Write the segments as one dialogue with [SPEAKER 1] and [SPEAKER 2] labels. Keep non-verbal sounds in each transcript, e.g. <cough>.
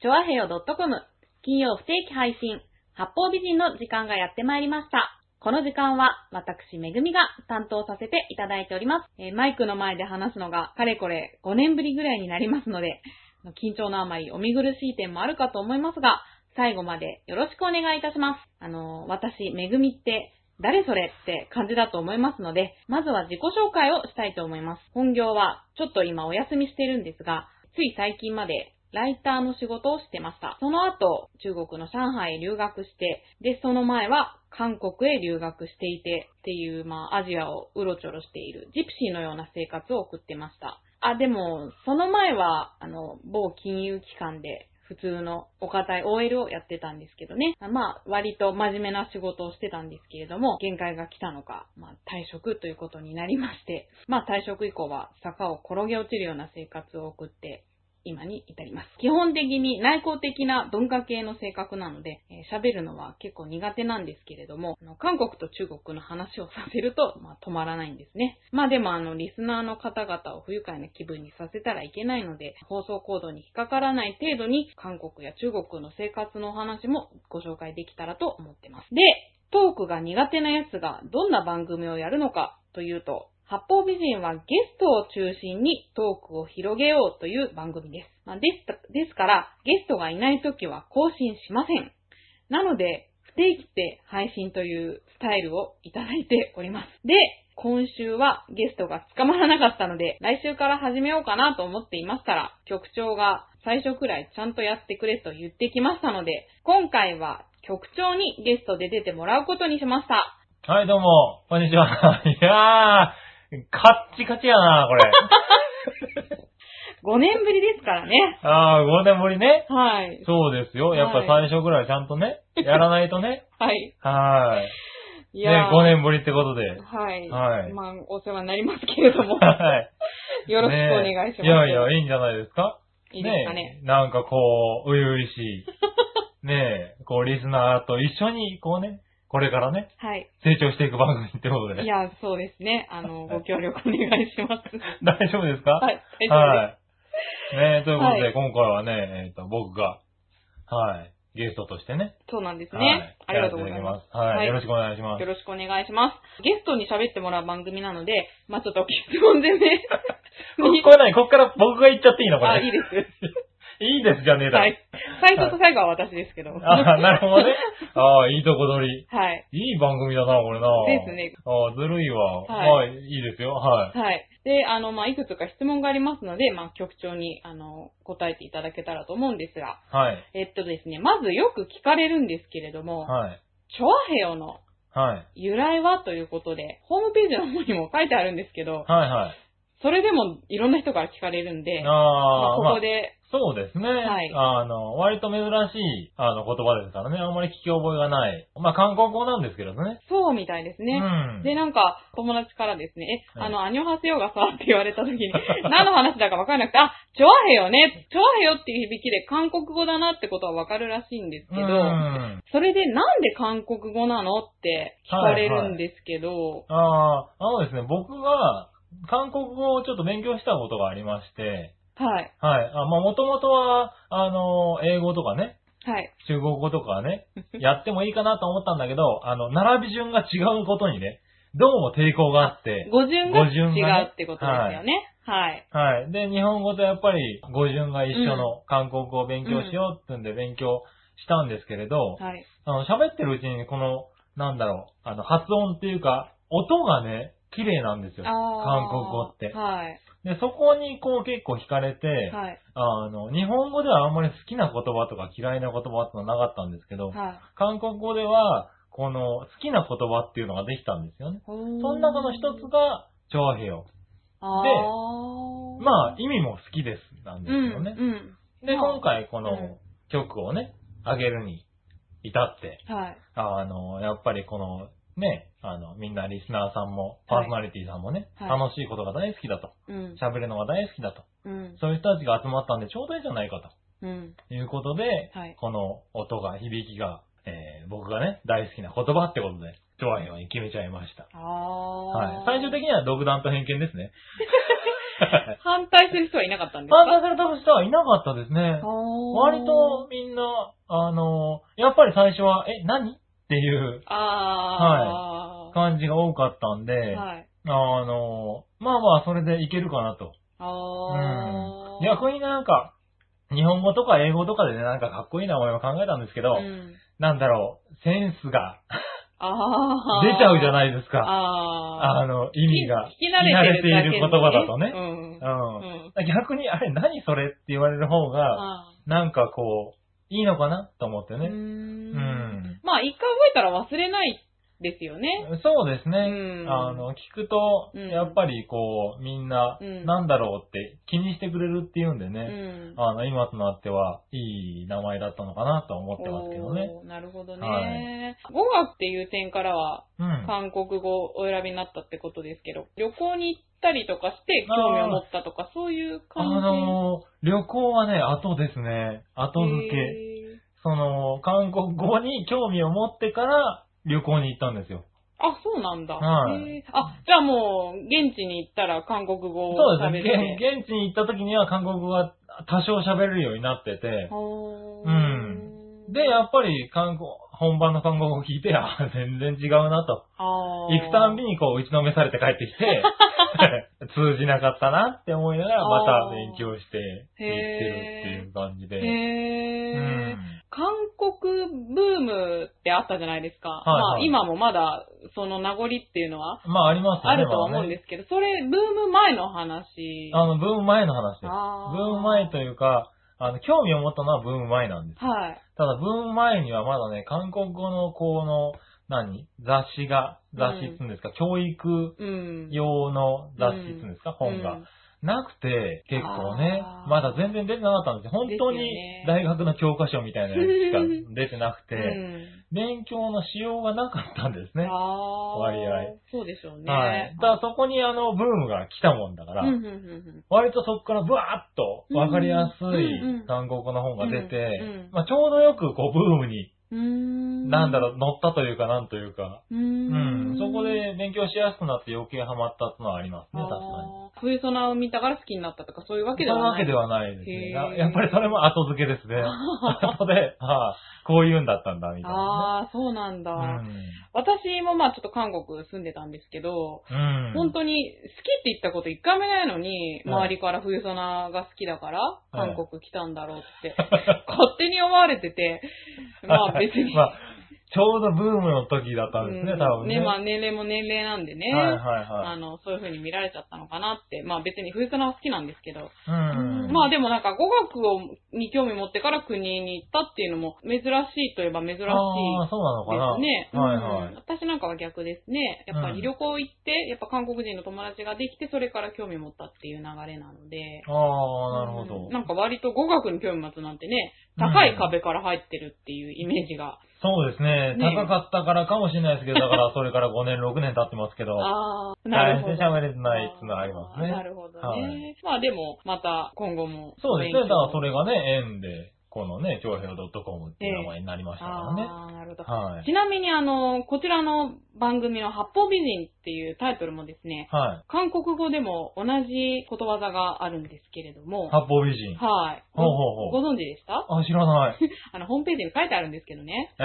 [SPEAKER 1] チョアヘヨ .com 金曜不定期配信八方美人の時間がやってまいりました。この時間は私めぐみが担当させていただいております。えーマイクの前で話すのがかれこれ5年ぶりぐらいになりますので、あの緊張のあまりお見苦しい点もあるかと思いますが、最後までよろしくお願いいたします。あのー、私めぐみって誰それって感じだと思いますので、まずは自己紹介をしたいと思います。本業はちょっと今お休みしてるんですが、つい最近までライターの仕事をしてました。その後、中国の上海へ留学して、で、その前は韓国へ留学していてっていう、まあ、アジアをうろちょろしているジプシーのような生活を送ってました。あ、でも、その前は、あの、某金融機関で普通のお堅い OL をやってたんですけどね。まあ、割と真面目な仕事をしてたんですけれども、限界が来たのか、まあ、退職ということになりまして、まあ、退職以降は坂を転げ落ちるような生活を送って、今に至ります。基本的に内向的な文化系の性格なので、えー喋、るのは結構苦手なんですけれども、あの韓国と中国の話をさせると、まあ、止まらないんですね。まあでもあの、リスナーの方々を不愉快な気分にさせたらいけないので、放送行動に引っかからない程度に、韓国や中国の生活のお話もご紹介できたらと思ってます。で、トークが苦手なやつがどんな番組をやるのかというと、八方美人はゲストを中心にトークを広げようという番組です。まあですたですから、ゲストがいないときは更新しません。なので、不定期で配信というスタイルをいただいております。で、今週はゲストが捕まらなかったので、来週から始めようかなと思っていましたら、局長が最初くらいちゃんとやってくれと言ってきましたので、今回は局長にゲストで出てもらうことにしました。
[SPEAKER 2] はい、どうも、こんにちは。 <laughs> いやー、カッチカチやな、
[SPEAKER 1] <laughs>
[SPEAKER 2] これ。
[SPEAKER 1] 5年ぶりですからね。
[SPEAKER 2] あー、ゴールデンボリね。
[SPEAKER 1] はい。
[SPEAKER 2] そうですよ。やっぱ
[SPEAKER 1] は
[SPEAKER 2] 最初ぐらいちゃんとね、やらないと
[SPEAKER 1] <laughs>
[SPEAKER 2] ね。
[SPEAKER 1] はい。
[SPEAKER 2] は
[SPEAKER 1] い
[SPEAKER 2] ーい。ね、
[SPEAKER 1] やー
[SPEAKER 2] 5年ぶりってことで。
[SPEAKER 1] はい。
[SPEAKER 2] はい
[SPEAKER 1] まあ、お世話になりますけれども、
[SPEAKER 2] は
[SPEAKER 1] <laughs>
[SPEAKER 2] い。
[SPEAKER 1] よろしくお願いします。
[SPEAKER 2] ねいやいや、いいんじゃないですか
[SPEAKER 1] いいですかね。
[SPEAKER 2] なんかこう、ういういし
[SPEAKER 1] <laughs>
[SPEAKER 2] い。ねえ、こう、リスナーと一緒に、こうね、これからね、
[SPEAKER 1] はい。
[SPEAKER 2] 成長していく番組ってことで。
[SPEAKER 1] いや、そうですね。あの、
[SPEAKER 2] はい
[SPEAKER 1] ご協力お願いします。
[SPEAKER 2] <laughs> 大丈夫ですか
[SPEAKER 1] はい。大丈夫で
[SPEAKER 2] はい。ねえ、ということで、
[SPEAKER 1] はい
[SPEAKER 2] 今回はね、えっ、と、僕が、はい、ゲストとしてね。
[SPEAKER 1] す。そうなんですね。
[SPEAKER 2] はい、
[SPEAKER 1] ありがとうございます。
[SPEAKER 2] す。はい、
[SPEAKER 1] はい
[SPEAKER 2] よろしくお願いします
[SPEAKER 1] よ。ろしくお願いします。ゲストに喋ってもらう番組なので、まあちょっと質問でね。
[SPEAKER 2] <laughs> ここれ何こっから僕が言っちゃっていいのこ
[SPEAKER 1] あ、
[SPEAKER 2] れ。
[SPEAKER 1] いいです。
[SPEAKER 2] いいですじゃねえだろ。
[SPEAKER 1] はい。最初と最後は私ですけど。
[SPEAKER 2] ああ、なるほどね。ああ、いいとこ取り。
[SPEAKER 1] はい。
[SPEAKER 2] いい番組だな、これな。
[SPEAKER 1] ですね。
[SPEAKER 2] ああ、ずるいわ。
[SPEAKER 1] はい
[SPEAKER 2] まあ、いいですよ。はい。
[SPEAKER 1] はい。で、あの、まあ、いくつか質問がありますので、まあ、局長に、あの、答えていただけたらと思うんですが、
[SPEAKER 2] はい。
[SPEAKER 1] えっとですね、まずよく聞かれるんですけれども、
[SPEAKER 2] はい。
[SPEAKER 1] チョアヘヨの
[SPEAKER 2] はい。
[SPEAKER 1] 由来はということで、ホームページの方にも書いてあるんですけど、
[SPEAKER 2] はい、はい。
[SPEAKER 1] それでもいろんな人から聞かれるんで、ま
[SPEAKER 2] あ
[SPEAKER 1] あ、
[SPEAKER 2] あ、ま
[SPEAKER 1] こ
[SPEAKER 2] あ
[SPEAKER 1] こ、で、
[SPEAKER 2] そうですね。
[SPEAKER 1] はい
[SPEAKER 2] あの、割と珍しい、あの、言葉ですからね。あんまり聞き覚えがない。まあ、韓国語なんですけどね。
[SPEAKER 1] そうみたいですね。
[SPEAKER 2] うん。
[SPEAKER 1] で、なんか、友達からですね、え、
[SPEAKER 2] はい
[SPEAKER 1] あの、アニョハセヨがさ、って言われた時に、 <laughs> 何の話だか分からなくて、あ、チョアヘヨね、チョアヘヨっていう響きで韓国語だなってことは分かるらしいんですけど、
[SPEAKER 2] うん
[SPEAKER 1] それでなんで韓国語なのって聞かれるんですけど、
[SPEAKER 2] ああ、あのですね、僕は、韓国語をちょっと勉強したことがありまして、
[SPEAKER 1] はい、
[SPEAKER 2] はい。あまあ、もともとは、あの、英語とかね、
[SPEAKER 1] はい。
[SPEAKER 2] 中国語と
[SPEAKER 1] <laughs>
[SPEAKER 2] かね、やってもいいかなと思ったんだけど、あの、並び順が違うことにね、どうも抵抗があって、
[SPEAKER 1] 語順が
[SPEAKER 2] 語順がね
[SPEAKER 1] 違うってことですよね。はい。
[SPEAKER 2] はい。で、日本語とやっぱり語順が一緒の韓国語を勉強しようってんで勉強したんですけれど、
[SPEAKER 1] はい。
[SPEAKER 2] あの、喋ってるうちにこの、なんだろう、あの、発音っていうか、音がね、綺麗なんですよ。
[SPEAKER 1] あ
[SPEAKER 2] 韓国語って
[SPEAKER 1] ー。はい。
[SPEAKER 2] で、そこにこう結構惹かれて、
[SPEAKER 1] はい。
[SPEAKER 2] あの、日本語ではあんまり好きな言葉とか嫌いな言葉ってのはなかったんですけど、
[SPEAKER 1] はい。
[SPEAKER 2] 韓国語では、この好きな言葉っていうのができたんですよね。
[SPEAKER 1] そ
[SPEAKER 2] そ
[SPEAKER 1] ん
[SPEAKER 2] の中の一つが、長平洋。
[SPEAKER 1] で
[SPEAKER 2] まあ、意味も好きです、なんで
[SPEAKER 1] う
[SPEAKER 2] す
[SPEAKER 1] ん、
[SPEAKER 2] よね。
[SPEAKER 1] うん。
[SPEAKER 2] で、
[SPEAKER 1] まあ
[SPEAKER 2] 今。回こ
[SPEAKER 1] う
[SPEAKER 2] の曲をね、上げるに至って、
[SPEAKER 1] はい。
[SPEAKER 2] あの、やっぱりこの、ね、あの、みんなリスナーさんも、パーソナリティさんもね、
[SPEAKER 1] はい
[SPEAKER 2] 楽しいことが大好きだと、
[SPEAKER 1] うん。
[SPEAKER 2] 喋るのが大好きだと、
[SPEAKER 1] うん。
[SPEAKER 2] そういう人たちが集まったんでちょうどいいじゃないか
[SPEAKER 1] うん。
[SPEAKER 2] ということで、
[SPEAKER 1] はい
[SPEAKER 2] この音が、響きが、えー僕がね、大好きな言葉ってことで、ジョアヘヨに決めちゃいました。
[SPEAKER 1] ああ。
[SPEAKER 2] はい。最終的
[SPEAKER 1] に。
[SPEAKER 2] には独断と偏見ですね。
[SPEAKER 1] 反対する人はいなかったんです
[SPEAKER 2] 反対
[SPEAKER 1] か
[SPEAKER 2] された人はいなかったですね。割
[SPEAKER 1] 割、
[SPEAKER 2] とみんな、あの、やっぱり最初は、え、何っていう
[SPEAKER 1] あー。
[SPEAKER 2] 感じが多かったんで、
[SPEAKER 1] はい。
[SPEAKER 2] あの、まあまあ、それでいけるかなと。
[SPEAKER 1] あー。
[SPEAKER 2] 逆になんか、日本語とか英語とかでね、なんかかっこいい名前を考えたんですけど、
[SPEAKER 1] うん
[SPEAKER 2] なんだろう、センスが
[SPEAKER 1] あー。
[SPEAKER 2] 出ちゃうじゃ
[SPEAKER 1] い
[SPEAKER 2] ないですか。
[SPEAKER 1] あー。
[SPEAKER 2] あの、意味が。
[SPEAKER 1] 聞き慣れてるだけ
[SPEAKER 2] 聞き慣れている
[SPEAKER 1] でね
[SPEAKER 2] 言葉だとね
[SPEAKER 1] う。
[SPEAKER 2] う
[SPEAKER 1] う
[SPEAKER 2] ん。
[SPEAKER 1] んん。
[SPEAKER 2] 逆に、あれ、何それって言われる方が、
[SPEAKER 1] あ
[SPEAKER 2] なんかこう、いいのかなと思って
[SPEAKER 1] ーうー
[SPEAKER 2] ね。
[SPEAKER 1] ん。まあ、一回覚えたら忘れないですよね。
[SPEAKER 2] そうです
[SPEAKER 1] う
[SPEAKER 2] ね。
[SPEAKER 1] ん。
[SPEAKER 2] あの、聞くと、
[SPEAKER 1] うん
[SPEAKER 2] やっぱりこう、みんな
[SPEAKER 1] う、ん
[SPEAKER 2] なんだろうって気にしてくれるっていうんで
[SPEAKER 1] う
[SPEAKER 2] ね、
[SPEAKER 1] ん。
[SPEAKER 2] あの、今となっては、いい名前だったのかなとは思ってますけどね。
[SPEAKER 1] おーなるほど
[SPEAKER 2] は
[SPEAKER 1] ね。語学っていう点からは、
[SPEAKER 2] うん。
[SPEAKER 1] 韓国語をお選びになったってことですけど、旅行に行ったりとかして興味を持ったとか、そういう
[SPEAKER 2] あ
[SPEAKER 1] 感じ。
[SPEAKER 2] のー旅行はね、後ですね。後付け。
[SPEAKER 1] へー
[SPEAKER 2] その、韓国語に興味を持ってから旅行に行ったんですよ。
[SPEAKER 1] あ、そうなんだ。
[SPEAKER 2] はい
[SPEAKER 1] へーあ、じゃあもう、現地に行ったら韓国語を
[SPEAKER 2] そう
[SPEAKER 1] 喋
[SPEAKER 2] で
[SPEAKER 1] っ
[SPEAKER 2] す
[SPEAKER 1] て。
[SPEAKER 2] ね。げ現地に行った時には韓国語が多少喋れるようになってて、
[SPEAKER 1] ほー
[SPEAKER 2] うんで、やっぱり韓国、本場の韓国語を聞いて、あ全然違うなと。
[SPEAKER 1] あー
[SPEAKER 2] 行くたんびにこう打ちのめされて帰って
[SPEAKER 1] <laughs>
[SPEAKER 2] きて、通じなかったなって思いながらまた勉強して行ってるっていう感じで。
[SPEAKER 1] へー
[SPEAKER 2] うん
[SPEAKER 1] 韓国ブームってあったじゃないですか。
[SPEAKER 2] はいはい
[SPEAKER 1] まあ、今もまだ、その名残っていうのは、
[SPEAKER 2] まあありますよね。
[SPEAKER 1] あるとは思うんですけど、それ、ブーム前の話。
[SPEAKER 2] あの、ブーム前の話です。ブ
[SPEAKER 1] あー
[SPEAKER 2] ーム前というか、あの、興味を持ったのはブーム前なんです。
[SPEAKER 1] はい。
[SPEAKER 2] ただ、ブーム前にはまだね、韓国語の、この、何雑誌が、雑誌っつうんですか、教育
[SPEAKER 1] うん。
[SPEAKER 2] 用の雑誌っつうんですか、本
[SPEAKER 1] う
[SPEAKER 2] が
[SPEAKER 1] ん。。
[SPEAKER 2] なくて、結構ね
[SPEAKER 1] あ、ー
[SPEAKER 2] まだ全然出てなかったんですよ。本当に
[SPEAKER 1] ですよね
[SPEAKER 2] 大学の教科書みたいなやつしか出てなくて、
[SPEAKER 1] <laughs> うん
[SPEAKER 2] 勉強のしようがなかったんですね。
[SPEAKER 1] あー
[SPEAKER 2] 割合。
[SPEAKER 1] そうでしょうね。
[SPEAKER 2] はい。ただそこにあの、ブームが来たもんだから、
[SPEAKER 1] うんうんうん
[SPEAKER 2] 割とそこからブワーッと分かりやす
[SPEAKER 1] うんうん
[SPEAKER 2] い単語の本が出て
[SPEAKER 1] うんうん、
[SPEAKER 2] まあちょうどよくこうブームに、
[SPEAKER 1] うん。うーん。
[SPEAKER 2] なんだろう、乗ったというかなんというか、
[SPEAKER 1] う
[SPEAKER 2] うんん、そこで勉強しやすくなって余計ハマったってのはありますね、確かに。
[SPEAKER 1] あー冬ソナを見たから好きになったとか、そういうわ
[SPEAKER 2] そ
[SPEAKER 1] け
[SPEAKER 2] うい
[SPEAKER 1] で
[SPEAKER 2] う
[SPEAKER 1] は
[SPEAKER 2] わ
[SPEAKER 1] な
[SPEAKER 2] け
[SPEAKER 1] い。
[SPEAKER 2] ではないです
[SPEAKER 1] へ
[SPEAKER 2] ね。
[SPEAKER 1] ー
[SPEAKER 2] やっぱりそれも後付け
[SPEAKER 1] <laughs>
[SPEAKER 2] ですね。後で、はいこういうんだったんだ、みたいな
[SPEAKER 1] ああ、そうなんだ。
[SPEAKER 2] ね。
[SPEAKER 1] 私もまあちょっと韓国住んでたんですけど、
[SPEAKER 2] うん。うん。
[SPEAKER 1] 本当に好きって言ったこと一回もないのに、
[SPEAKER 2] うん
[SPEAKER 1] 周りから冬ソナが好きだから、
[SPEAKER 2] はい
[SPEAKER 1] 韓国来たんだろう
[SPEAKER 2] <laughs>
[SPEAKER 1] って、勝手に思われてて、まあ別に。
[SPEAKER 2] まあちょうどブームの時だったんですね、
[SPEAKER 1] うん
[SPEAKER 2] 多分ね。
[SPEAKER 1] まあ
[SPEAKER 2] は
[SPEAKER 1] 年齢も年齢なんでね。
[SPEAKER 2] いは
[SPEAKER 1] あ
[SPEAKER 2] いは
[SPEAKER 1] の、そういう風に見られちゃったのかなって。まあ別に冬ソナは好きなんですけど。
[SPEAKER 2] い。うん。
[SPEAKER 1] まあでもなんか語学をに興味持ってから国に行ったっていうのも珍しいといえば珍しいで
[SPEAKER 2] ああ、そうなのかな。
[SPEAKER 1] すね。
[SPEAKER 2] はい
[SPEAKER 1] うん
[SPEAKER 2] は
[SPEAKER 1] 私なんかは逆ですね。やっぱり旅行行って、やっぱ韓国人の友達ができて、それから興味持ったっていう流れなので。
[SPEAKER 2] い。ああ、なるほど
[SPEAKER 1] うん。なんか割と語学に興味持つなんてね、高い壁から入ってるっていうイメージが。
[SPEAKER 2] そうです
[SPEAKER 1] ね
[SPEAKER 2] ね。高かったからかもしれないですけど、だからそれから5年、6年経ってま
[SPEAKER 1] <laughs>
[SPEAKER 2] すけど、
[SPEAKER 1] ああ、なる
[SPEAKER 2] 大
[SPEAKER 1] ほど。
[SPEAKER 2] 変喋れてないっていうのはあります
[SPEAKER 1] な
[SPEAKER 2] ね。
[SPEAKER 1] るほどね。
[SPEAKER 2] はい
[SPEAKER 1] まあでも、また今後も。
[SPEAKER 2] そうですね。だからそ
[SPEAKER 1] れ
[SPEAKER 2] れがね、縁で、このね、長平 .com っていう名前になりましたからね。
[SPEAKER 1] ああ、なるほど。
[SPEAKER 2] はい。
[SPEAKER 1] ちなみにあの、こちらの番組の八方美人っていうタイトルもですね、
[SPEAKER 2] はい。
[SPEAKER 1] 韓国語でも同じことわざがあるんですけれども、
[SPEAKER 2] 八方美人。
[SPEAKER 1] はい。
[SPEAKER 2] ほうほうほう。
[SPEAKER 1] ご存知でした
[SPEAKER 2] あ、知らない。
[SPEAKER 1] あの、ホームページに書いてあるんですけどね。
[SPEAKER 2] え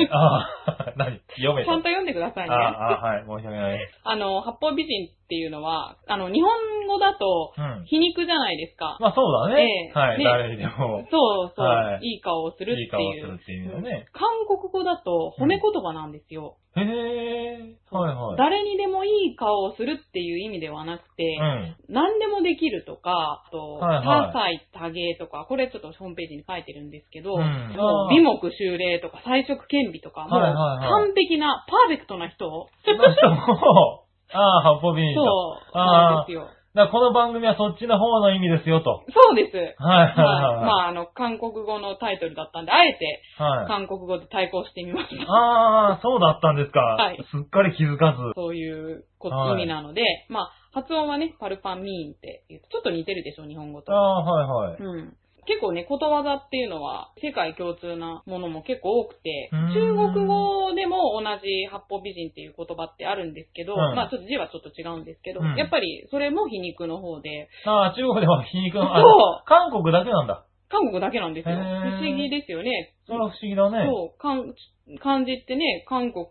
[SPEAKER 2] えああ、 <laughs> 何読め
[SPEAKER 1] ち
[SPEAKER 2] た。
[SPEAKER 1] ゃんと読んでくださいね。あ
[SPEAKER 2] ああ、はい。申し訳ないです。
[SPEAKER 1] の、八方美人っていうのは、あの、日本語だと
[SPEAKER 2] うん。
[SPEAKER 1] 皮肉じゃないですか。
[SPEAKER 2] まあそうだね。
[SPEAKER 1] ええ
[SPEAKER 2] はい。
[SPEAKER 1] ね
[SPEAKER 2] 誰にでも、
[SPEAKER 1] そうそう、、
[SPEAKER 2] はい
[SPEAKER 1] い顔をするっていう。
[SPEAKER 2] いい顔をするっていう意味だね。
[SPEAKER 1] 韓国語だと褒め言葉なんですよ。
[SPEAKER 2] へえはいはい。
[SPEAKER 1] 誰にでもいい顔をするっていう意味ではなくて、
[SPEAKER 2] うん。
[SPEAKER 1] 何でもできるとか、あと、
[SPEAKER 2] はいはい
[SPEAKER 1] 多彩多芸とか、これちょっとホームページに書いてるんですけど、
[SPEAKER 2] うん
[SPEAKER 1] もう美目修麗とか、彩色兼備とか、もう
[SPEAKER 2] はいはいはい
[SPEAKER 1] 完璧な、パーフェクトな人を、
[SPEAKER 2] その <laughs> 人も、ああ、八方美人と。
[SPEAKER 1] そう、なんですよ。
[SPEAKER 2] だからこの番組はそっちの方の意味ですよと。
[SPEAKER 1] そうです。
[SPEAKER 2] はいはい
[SPEAKER 1] まあ、ま
[SPEAKER 2] は
[SPEAKER 1] あ、あの、韓国語のタイトルだったんで、あえて
[SPEAKER 2] い。はい。
[SPEAKER 1] 韓国語で対抗してみました。
[SPEAKER 2] ああ、そうだったんですか。
[SPEAKER 1] はい
[SPEAKER 2] すっかり気づかず。
[SPEAKER 1] そういうこ
[SPEAKER 2] はい
[SPEAKER 1] 意味なので、まあ、発音はね、パルパミーンって言うとちょっと似てるでしょ、日本語と。
[SPEAKER 2] ああ、はいはい。
[SPEAKER 1] うん。結構ね、ことわざっていうのは世界共通なものも結構多くて、
[SPEAKER 2] うーん
[SPEAKER 1] 中国語でも同じ八方美人っていう言葉ってあるんですけど、
[SPEAKER 2] はい
[SPEAKER 1] まあちょっと字はちょっと違うんですけど、
[SPEAKER 2] うん
[SPEAKER 1] やっぱりそれも皮肉の方で、
[SPEAKER 2] ああ、中国では皮肉の、
[SPEAKER 1] そ
[SPEAKER 2] あ、韓国だけなんだ。
[SPEAKER 1] 韓国だけなんですよ。
[SPEAKER 2] へ
[SPEAKER 1] 不
[SPEAKER 2] ー
[SPEAKER 1] 思議ですよね。
[SPEAKER 2] それは不思議だね。
[SPEAKER 1] そう、かん漢字ってね、韓国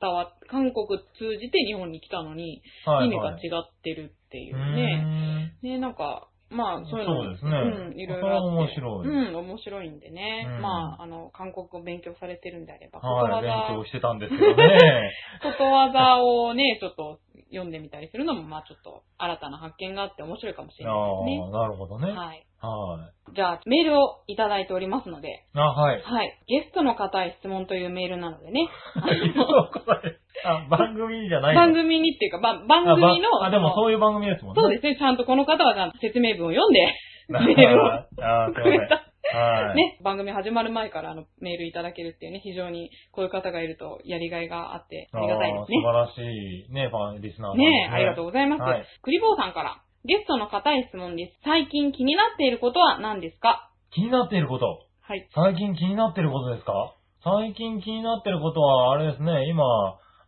[SPEAKER 1] 伝わ、韓国通じて日本に来たのに、
[SPEAKER 2] は
[SPEAKER 1] 意
[SPEAKER 2] い
[SPEAKER 1] 味が
[SPEAKER 2] はい。
[SPEAKER 1] 違ってるっていう
[SPEAKER 2] うー
[SPEAKER 1] ね。
[SPEAKER 2] ん
[SPEAKER 1] ね、なんか、まあ、そういうのも
[SPEAKER 2] そうですね
[SPEAKER 1] うん、いろいろあって。
[SPEAKER 2] それは面白い
[SPEAKER 1] うん、面白いんでね。
[SPEAKER 2] うん
[SPEAKER 1] まあ、あの、韓国語勉強されてるんであれば、こと
[SPEAKER 2] は
[SPEAKER 1] わ
[SPEAKER 2] い、勉強
[SPEAKER 1] ざ、
[SPEAKER 2] してたん
[SPEAKER 1] <laughs>
[SPEAKER 2] ですけどね。
[SPEAKER 1] ことわざをね、 <laughs> ちょっと読んでみたりするのも、まあ、ちょっと新たな発見があって面白いかもし
[SPEAKER 2] あ
[SPEAKER 1] れない
[SPEAKER 2] あ、なるほどね。
[SPEAKER 1] ですね。
[SPEAKER 2] は
[SPEAKER 1] は
[SPEAKER 2] い。
[SPEAKER 1] い。じゃあ、メールをいただいておりますので、
[SPEAKER 2] あ、はい。
[SPEAKER 1] はい。ゲストの方へ質問というメールなのでね。
[SPEAKER 2] そうこれあ、番組じゃないの
[SPEAKER 1] 番組にっていうか、ば番組の
[SPEAKER 2] あば、あ、でも
[SPEAKER 1] その
[SPEAKER 2] そういう番組ですもんね。
[SPEAKER 1] そうですね。ちゃんとこの方はちゃんと説明文を読
[SPEAKER 2] <laughs>
[SPEAKER 1] んで、
[SPEAKER 2] な
[SPEAKER 1] メールを
[SPEAKER 2] あー、すいま
[SPEAKER 1] くれた
[SPEAKER 2] せん。はい。
[SPEAKER 1] <laughs> ね、番組始まる前からあのメールいただけるっていうね、非常にこういう方がいるとやりがいがあって、ありがたいで
[SPEAKER 2] あー
[SPEAKER 1] す
[SPEAKER 2] 素
[SPEAKER 1] ね。
[SPEAKER 2] 晴らしいね、ファン、リスナーさんです
[SPEAKER 1] ねえ、ありがとうございます。
[SPEAKER 2] はい
[SPEAKER 1] クリボーさんから、ゲストの方へ質問です。最近気になっていることは何ですか
[SPEAKER 2] 気になっていること。
[SPEAKER 1] はい。
[SPEAKER 2] 最近気になってることですか最近気になってることは、あれですね、今、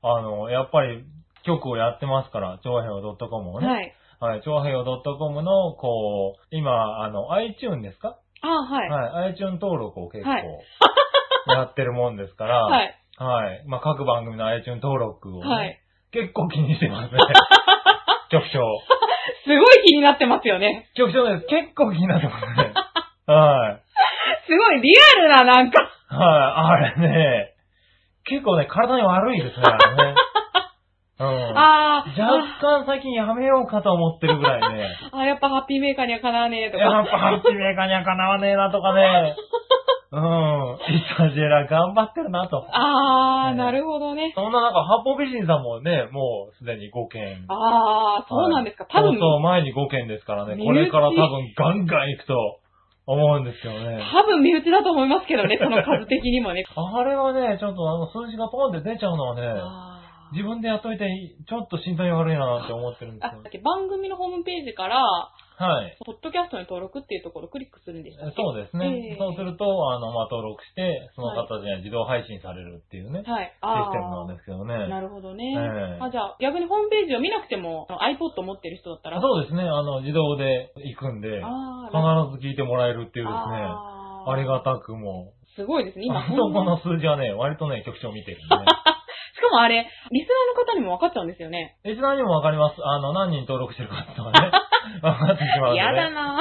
[SPEAKER 2] あの、やっぱり、局をやってますから、超平洋 .com をね。。
[SPEAKER 1] はいい。
[SPEAKER 2] はい、超平洋 .com の、こう、今、あの、iTune ですか
[SPEAKER 1] ああ、はい。は
[SPEAKER 2] はい、iTune 登録を結構、
[SPEAKER 1] はい
[SPEAKER 2] <laughs> やってるもんですから、
[SPEAKER 1] い。
[SPEAKER 2] はい。まあ、各番組の iTune 登録を、ね、
[SPEAKER 1] はい。
[SPEAKER 2] 結構気にしてま
[SPEAKER 1] <laughs>
[SPEAKER 2] すね。局長。
[SPEAKER 1] すごい気になってますよね。
[SPEAKER 2] 局長です。結構気になってますね。はい。
[SPEAKER 1] すごいリアルな、なんか。
[SPEAKER 2] はい、あれね、結構ね、体に悪いですね、あれね。うん。
[SPEAKER 1] あーあ
[SPEAKER 2] 若干最近やめようかと思ってるぐらいね。
[SPEAKER 1] ー、あやっぱハッピーメーカーにはかなわねえと
[SPEAKER 2] や
[SPEAKER 1] か
[SPEAKER 2] っ。ぱハッピーメーカーにはかなわねえなとかね。うん。イタジェラ頑張ってるなと。
[SPEAKER 1] あ
[SPEAKER 2] ね
[SPEAKER 1] ー、なるほどね。
[SPEAKER 2] そんな中、八方美人さんもね、もうすでに5件。
[SPEAKER 1] あー、そうなんですか。
[SPEAKER 2] は
[SPEAKER 1] 多
[SPEAKER 2] い
[SPEAKER 1] 分
[SPEAKER 2] そうそう、前に5件ですからね。これから多分ガンガン行くと思うんですけどね。
[SPEAKER 1] 多分身内だと思いますけどね、その数的にもね。
[SPEAKER 2] あれはね、ちょっとあの数字がポンって出ちゃうのはね、
[SPEAKER 1] あー
[SPEAKER 2] 自分でやっといて、ちょっと身体悪いなって思ってるんです
[SPEAKER 1] あ
[SPEAKER 2] よ
[SPEAKER 1] だっ。け番組のホームページから、
[SPEAKER 2] <laughs> はい。
[SPEAKER 1] ポッドキャストに登録っていうところをクリックするんでしたっけ
[SPEAKER 2] そうですね。
[SPEAKER 1] えー
[SPEAKER 2] そうすると、あの、まあ、登録して、その方には自動配信されるっていうね、
[SPEAKER 1] はい。
[SPEAKER 2] シ
[SPEAKER 1] あ
[SPEAKER 2] ステムなん
[SPEAKER 1] あ
[SPEAKER 2] ですけど
[SPEAKER 1] ー、な
[SPEAKER 2] ね。
[SPEAKER 1] るほどね。
[SPEAKER 2] ええ
[SPEAKER 1] あじゃあ、逆にホームページを見なくても、あの iPod 持ってる人だったら、
[SPEAKER 2] そうですね。あの、自動で行くんで、
[SPEAKER 1] あー
[SPEAKER 2] 必ず聞いてもらえるっていうですね、あ
[SPEAKER 1] あー
[SPEAKER 2] りがたくも。
[SPEAKER 1] すごいですね。今、
[SPEAKER 2] あそ
[SPEAKER 1] ほん
[SPEAKER 2] この
[SPEAKER 1] ま
[SPEAKER 2] 数字はね、割とね、局長見てる <laughs> んでね。
[SPEAKER 1] しかもあれ、リスナーの方にも分かっちゃうんですよね。
[SPEAKER 2] え、ちなみにもわかります。あの、何人登録してるかとか <laughs> ね。わかってしまうんで、
[SPEAKER 1] 嫌だ
[SPEAKER 2] ね。
[SPEAKER 1] な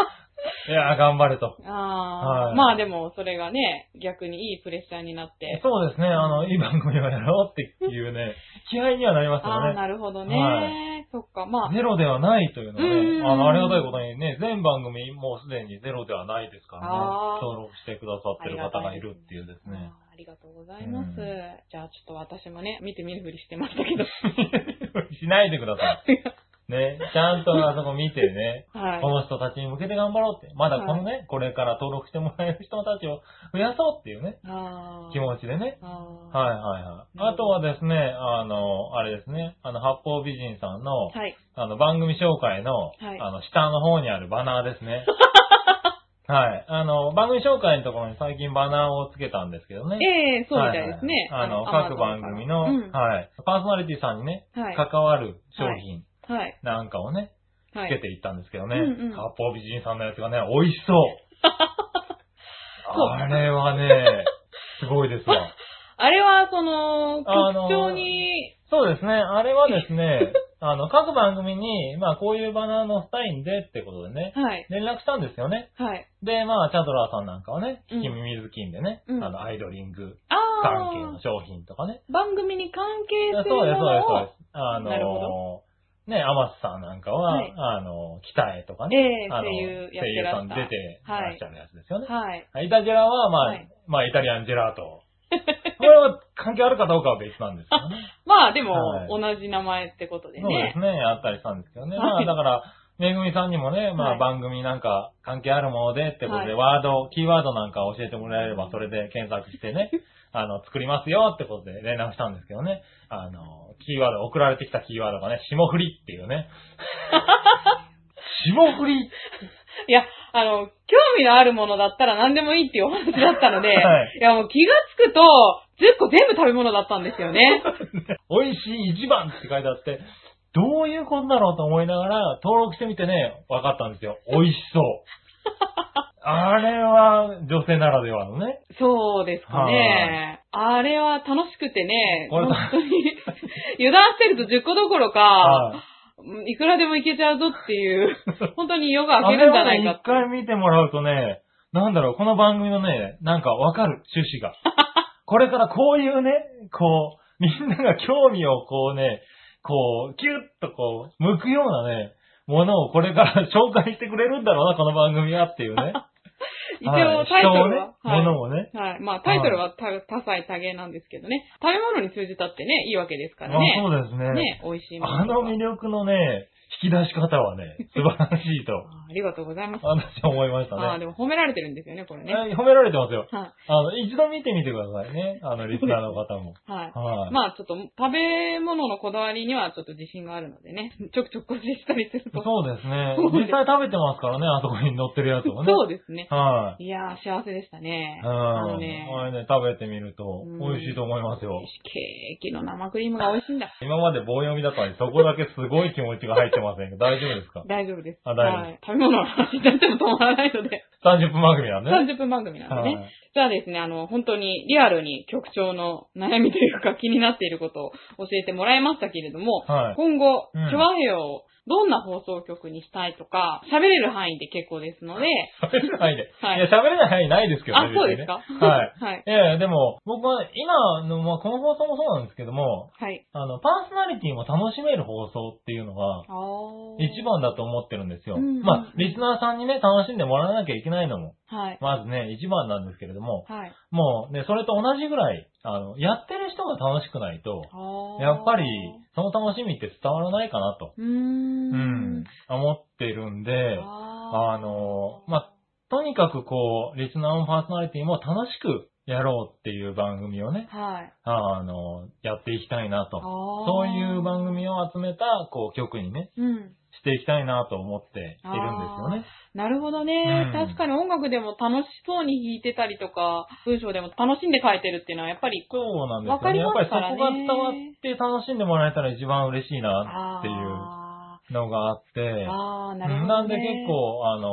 [SPEAKER 1] い
[SPEAKER 2] や、頑張れと。
[SPEAKER 1] ぁ。あー
[SPEAKER 2] はい
[SPEAKER 1] まあでも、それがね、逆にいいプレッシャーになって。
[SPEAKER 2] <laughs> そうですね。あの、いい番組をやろうってい
[SPEAKER 1] <laughs>
[SPEAKER 2] うね、気合にはなりますよ
[SPEAKER 1] ああー、
[SPEAKER 2] ね。
[SPEAKER 1] なるほどね。
[SPEAKER 2] は
[SPEAKER 1] そっか、まあ、
[SPEAKER 2] ゼロではないというのは
[SPEAKER 1] う
[SPEAKER 2] ね、
[SPEAKER 1] ん
[SPEAKER 2] あの、ありがたいことにね、全番組もうすでにゼロではないですからね
[SPEAKER 1] あー、
[SPEAKER 2] 登録してくださってる方がいるっていうですね。
[SPEAKER 1] あーありがとうございます。
[SPEAKER 2] うん
[SPEAKER 1] じゃあちょっと私もね、見て見ぬふりしてましたけ
[SPEAKER 2] <laughs>
[SPEAKER 1] ど。
[SPEAKER 2] しないでくださ
[SPEAKER 1] <laughs>
[SPEAKER 2] い。ね、ちゃんとあそこ見てね、
[SPEAKER 1] はい
[SPEAKER 2] こ。の人たちに向けて頑張ろうって、まだこのね、これから登録してもらえる人たちを増やそうっていうね、
[SPEAKER 1] あー
[SPEAKER 2] 気持ちでね。
[SPEAKER 1] あー
[SPEAKER 2] はいはいはい。あとはですね、あの、あれですね、あの、八方美人さんの、
[SPEAKER 1] はい。
[SPEAKER 2] あの、番組紹介の、
[SPEAKER 1] はい
[SPEAKER 2] あの、下の方にあるバナーです
[SPEAKER 1] <laughs>
[SPEAKER 2] ね。はい。あの、番組紹介のところに最近バナーをつけたんですけどね。
[SPEAKER 1] ええそうみたいですね。
[SPEAKER 2] はいはいあの、
[SPEAKER 1] Amazon
[SPEAKER 2] 各番組の、
[SPEAKER 1] うん
[SPEAKER 2] はい。パーソナリティさんにね、
[SPEAKER 1] はい。
[SPEAKER 2] 関わる商品
[SPEAKER 1] はい。
[SPEAKER 2] なんかをね、
[SPEAKER 1] は
[SPEAKER 2] つけ
[SPEAKER 1] い。
[SPEAKER 2] ていったんですけどね。
[SPEAKER 1] うんうん
[SPEAKER 2] 八方美人さんのやつがね、美味しそう。
[SPEAKER 1] <laughs> そう
[SPEAKER 2] あれはね、すごいで
[SPEAKER 1] <laughs>
[SPEAKER 2] すわ。
[SPEAKER 1] あれは、その、
[SPEAKER 2] あの
[SPEAKER 1] 局長に、
[SPEAKER 2] そうですね。あれはですね、あの、各番組に、まあ、こういうバナーのスタインでってことでね、
[SPEAKER 1] はい。
[SPEAKER 2] 連絡したんですよね。
[SPEAKER 1] はい。
[SPEAKER 2] で、まあ、チャドラーさんなんかはね、
[SPEAKER 1] うん
[SPEAKER 2] 引き耳ずきんでね、
[SPEAKER 1] うん
[SPEAKER 2] あの、アイドリング
[SPEAKER 1] あ
[SPEAKER 2] 関係
[SPEAKER 1] あ
[SPEAKER 2] の商品とかね。
[SPEAKER 1] 番組に関係
[SPEAKER 2] そうです、
[SPEAKER 1] する
[SPEAKER 2] そうです、
[SPEAKER 1] も
[SPEAKER 2] そう
[SPEAKER 1] のを
[SPEAKER 2] です。あ
[SPEAKER 1] なるほ
[SPEAKER 2] のー、ね、アマスさんなんかは、
[SPEAKER 1] はい
[SPEAKER 2] あのー、北へとか
[SPEAKER 1] え
[SPEAKER 2] ね、
[SPEAKER 1] え
[SPEAKER 2] あの
[SPEAKER 1] 声優やってらっしゃ
[SPEAKER 2] 声優さん出て
[SPEAKER 1] はい
[SPEAKER 2] らっしゃるやつですよね。
[SPEAKER 1] はい。
[SPEAKER 2] イタジェラは、まあ、
[SPEAKER 1] はい
[SPEAKER 2] まあ、イタリアンジェラート。
[SPEAKER 1] <laughs>
[SPEAKER 2] これは関係あるかどうかは別なんですけどね。
[SPEAKER 1] まあ、でも、
[SPEAKER 2] はい
[SPEAKER 1] 同じ名前ってことで
[SPEAKER 2] そうで
[SPEAKER 1] ね。
[SPEAKER 2] すね、やったりしたんですけどね。ま
[SPEAKER 1] は
[SPEAKER 2] あ
[SPEAKER 1] い
[SPEAKER 2] だから、めぐみさんにもね、ま
[SPEAKER 1] は
[SPEAKER 2] あ
[SPEAKER 1] い
[SPEAKER 2] 番組なんか関係あるものでってこと
[SPEAKER 1] は
[SPEAKER 2] で、
[SPEAKER 1] い
[SPEAKER 2] ワード、キーワードなんか教えてもらえればそれで検索し
[SPEAKER 1] <laughs>
[SPEAKER 2] てね、あの、作りますよってことで連絡したんですけどね、あの、キーワード、送られてきたキーワー
[SPEAKER 1] <laughs>
[SPEAKER 2] ドがね、霜降りっていうね。霜降り
[SPEAKER 1] いや、あの、興味のあるものだったら何でもいいっていうお話だったので、
[SPEAKER 2] <laughs> はい
[SPEAKER 1] いやもう気がつくと、10個全部食べ物だったんですよ
[SPEAKER 2] <laughs>
[SPEAKER 1] ね。
[SPEAKER 2] 美味しい一番って書いてあって、どういうことだろうと思いながら、登録してみてね、分かったんですよ。美味し
[SPEAKER 1] <laughs>
[SPEAKER 2] そう。あれは、女性ならではのね。
[SPEAKER 1] そうですかね。あれは楽しくてね、
[SPEAKER 2] これ
[SPEAKER 1] 本当に <laughs> 油断してると10個どころか、
[SPEAKER 2] はい
[SPEAKER 1] いくらでもいけちゃうぞって
[SPEAKER 2] <laughs>
[SPEAKER 1] いう、本当に夜が
[SPEAKER 2] あ
[SPEAKER 1] 明け
[SPEAKER 2] れ
[SPEAKER 1] るんじゃ
[SPEAKER 2] を
[SPEAKER 1] ない
[SPEAKER 2] ね、
[SPEAKER 1] かっ
[SPEAKER 2] 一
[SPEAKER 1] て。
[SPEAKER 2] 回見てもらうとね、なんだろう、この番組のね、なんかわかる、趣
[SPEAKER 1] <laughs>
[SPEAKER 2] 旨が。これからこういうね、こう、みんなが興味をこうね、こう、キュッとこう、向くようなね、ものをこれから紹介してくれるんだろうな、この番組はっていうね。
[SPEAKER 1] <laughs> 一
[SPEAKER 2] は
[SPEAKER 1] 応
[SPEAKER 2] い
[SPEAKER 1] タイト
[SPEAKER 2] 人を
[SPEAKER 1] ル
[SPEAKER 2] ね
[SPEAKER 1] は、、
[SPEAKER 2] も
[SPEAKER 1] はい
[SPEAKER 2] のをね。
[SPEAKER 1] はい。まあタイトルは多多彩多芸なんですけどね。食べ物に通じたってね、いいわけですからね。
[SPEAKER 2] まあそうですね。
[SPEAKER 1] ね、美味しいもの
[SPEAKER 2] あ
[SPEAKER 1] とか。
[SPEAKER 2] の魅力のね、引き出し方はね、素晴らし
[SPEAKER 1] <laughs>
[SPEAKER 2] いと、
[SPEAKER 1] あありがとうございます。
[SPEAKER 2] 私は思いましたね。
[SPEAKER 1] ああ、でも褒められてるんですよね、これね。
[SPEAKER 2] えー褒められてますよ。
[SPEAKER 1] は
[SPEAKER 2] あの、一度見てみてくださいね。あの、リスナーの方も。
[SPEAKER 1] い。はい。
[SPEAKER 2] はい。
[SPEAKER 1] まあちょっと食べ物のこだわりにはちょっと自信があるのでね、ちょくちょく更新したりすると。
[SPEAKER 2] そうですね。実際食べてますからね、あそこに乗ってるやつをね。
[SPEAKER 1] そうですね。
[SPEAKER 2] はい。
[SPEAKER 1] いやー、幸せでしたね。
[SPEAKER 2] うん。
[SPEAKER 1] あのね、
[SPEAKER 2] あれね、食べてみると、美味しいと思いますよ。
[SPEAKER 1] ケーキの生クリームが美味しいんだ。
[SPEAKER 2] 今まで棒読みだったのに、そこだけすごい気持ちが入ってませんけど、大丈夫ですか
[SPEAKER 1] 大丈夫です。
[SPEAKER 2] あ大丈夫
[SPEAKER 1] はい。食べ物の話になっても止まらない
[SPEAKER 2] <laughs>
[SPEAKER 1] ので、
[SPEAKER 2] ?30 分番組なんで。
[SPEAKER 1] 30分番組なんでね。
[SPEAKER 2] はい
[SPEAKER 1] じゃあですね、あの、本当にリアルに局長の悩みというか気になっていることを教えてもらいましたけれども、
[SPEAKER 2] はい。
[SPEAKER 1] 今後、
[SPEAKER 2] うん
[SPEAKER 1] チョアヘヨをどんな放送局にしたいとか、喋れる範囲で結構ですので、
[SPEAKER 2] 喋れない範囲で。
[SPEAKER 1] はい
[SPEAKER 2] いや、喋れない範囲ないですけどね。
[SPEAKER 1] あ、そうですか、
[SPEAKER 2] 別にねはい。
[SPEAKER 1] はい。
[SPEAKER 2] いやいや、でも、僕は今の、まあ、この放送もそうなんですけども、
[SPEAKER 1] はい。
[SPEAKER 2] あの、パーソナリティも楽しめる放送っていうのが、
[SPEAKER 1] あー
[SPEAKER 2] 一。番だと思ってるんですよ。
[SPEAKER 1] うんうん
[SPEAKER 2] まあ、リスナーさんにね、楽しんでもらわなきゃいけないのも、
[SPEAKER 1] はい。
[SPEAKER 2] まずね、一番なんですけれども、
[SPEAKER 1] はい。
[SPEAKER 2] もうね、それと同じぐらい、あの、やってる人が楽しくないと、
[SPEAKER 1] あー
[SPEAKER 2] やっぱり、その楽しみって伝わらないかなと、
[SPEAKER 1] うー。
[SPEAKER 2] うんん、思ってるんで、
[SPEAKER 1] あー
[SPEAKER 2] あのまあ、とにかくこう、リスナーもパーソナリティも楽しくやろうっていう番組をね、
[SPEAKER 1] はい。
[SPEAKER 2] あの、やっていきたいなと。そ
[SPEAKER 1] そう
[SPEAKER 2] いう番組を集めた、こう、曲にね、
[SPEAKER 1] うん。
[SPEAKER 2] していきたいなと思っているんですよね。
[SPEAKER 1] なるほどね、
[SPEAKER 2] うん
[SPEAKER 1] 確かに音楽でも楽しそうに弾いてたりとか、文章でも楽しんで書いてるっていうのはやっぱり、
[SPEAKER 2] そうなんで
[SPEAKER 1] わ
[SPEAKER 2] す
[SPEAKER 1] か
[SPEAKER 2] よ
[SPEAKER 1] り
[SPEAKER 2] ね。やっぱ
[SPEAKER 1] ま
[SPEAKER 2] り
[SPEAKER 1] す
[SPEAKER 2] そ
[SPEAKER 1] からね
[SPEAKER 2] こが伝わって楽しんでもらえたら一番嬉しいな
[SPEAKER 1] あ
[SPEAKER 2] っていう
[SPEAKER 1] あ
[SPEAKER 2] のがあって、
[SPEAKER 1] ーあー、なる
[SPEAKER 2] う
[SPEAKER 1] ほ
[SPEAKER 2] ん
[SPEAKER 1] ど、ね。
[SPEAKER 2] なんで結構、あの、